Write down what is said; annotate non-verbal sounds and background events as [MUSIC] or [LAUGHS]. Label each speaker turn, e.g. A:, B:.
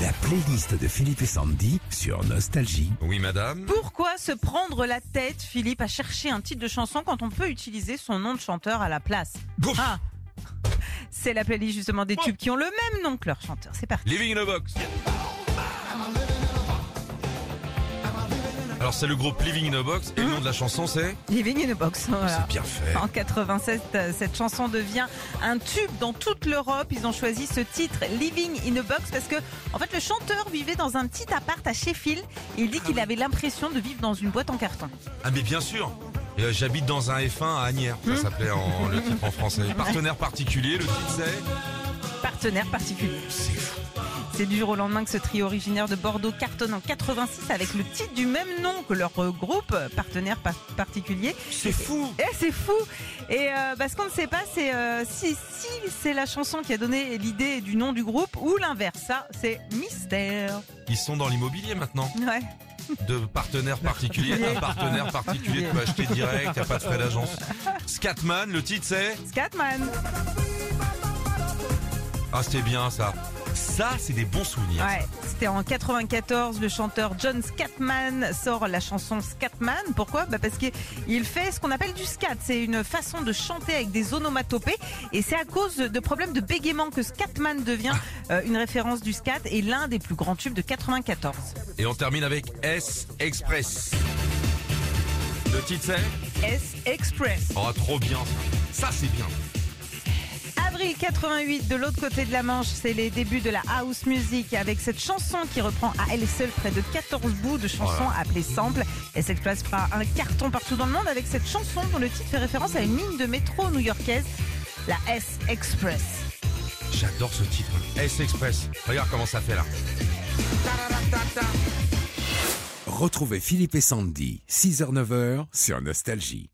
A: La playlist de Philippe et Sandy sur Nostalgie.
B: Oui, madame.
C: Pourquoi se prendre la tête, Philippe, à chercher un titre de chanson quand on peut utiliser son nom de chanteur à la place
B: Bouf.
C: Ah. C'est la playlist justement des tubes qui ont le même nom que leur chanteur. C'est parti.
B: Living in a Box. Alors, c'est le groupe Living in a Box et le nom de la chanson, c'est
C: Living in a Box. voilà.
B: C'est bien fait.
C: En 87, euh, cette chanson devient un tube dans toute l'Europe. Ils ont choisi ce titre, Living in a Box, parce que, en fait, le chanteur vivait dans un petit appart à Sheffield. Il dit qu'il avait l'impression de vivre dans une boîte en carton.
B: Ah, mais bien sûr. Euh, J'habite dans un F1 à Agnières.
C: Hmm.
B: Ça s'appelait en, le titre en
C: [LAUGHS]
B: français. Partenaire particulier, le titre c'est.
C: Partenaire particulier.
B: Oh, C'est fou.
C: C'est du jour au lendemain que ce trio originaire de Bordeaux cartonne en 86 avec le titre du même nom que leur euh, groupe, euh, partenaire par- particulier.
B: C'est fou.
C: Eh, c'est fou Et euh, bah, ce qu'on ne sait pas, c'est euh, si, si c'est la chanson qui a donné l'idée du nom du groupe ou l'inverse. Ça, c'est mystère.
B: Ils sont dans l'immobilier maintenant.
C: Ouais.
B: De partenaire particulier à partenaire particulier. Tu peux acheter direct, y a pas de frais d'agence. Scatman, le titre c'est.
C: Scatman
B: Ah, c'était bien ça. Ça, c'est des bons souvenirs.
C: Ouais, c'était en 94, le chanteur John Scatman sort la chanson Scatman. Pourquoi bah Parce qu'il fait ce qu'on appelle du scat. C'est une façon de chanter avec des onomatopées. Et c'est à cause de problèmes de bégaiement que Scatman devient euh, une référence du scat et l'un des plus grands tubes de 94.
B: Et on termine avec S Express. Le titre c'est
C: S-Express.
B: Oh trop bien ça. Ça c'est bien.
C: Avril 88, de l'autre côté de la Manche, c'est les débuts de la house music avec cette chanson qui reprend à elle seule près de 14 bouts de chansons
B: Voilà.
C: appelées samples. Et cette place fera un carton partout dans le monde avec cette chanson dont le titre fait référence à une ligne de métro new-yorkaise, la S-Express.
B: J'adore ce titre. S Express. Regarde comment ça fait là.
A: Retrouvez Philippe et Sandy, 6h-9h sur Nostalgie.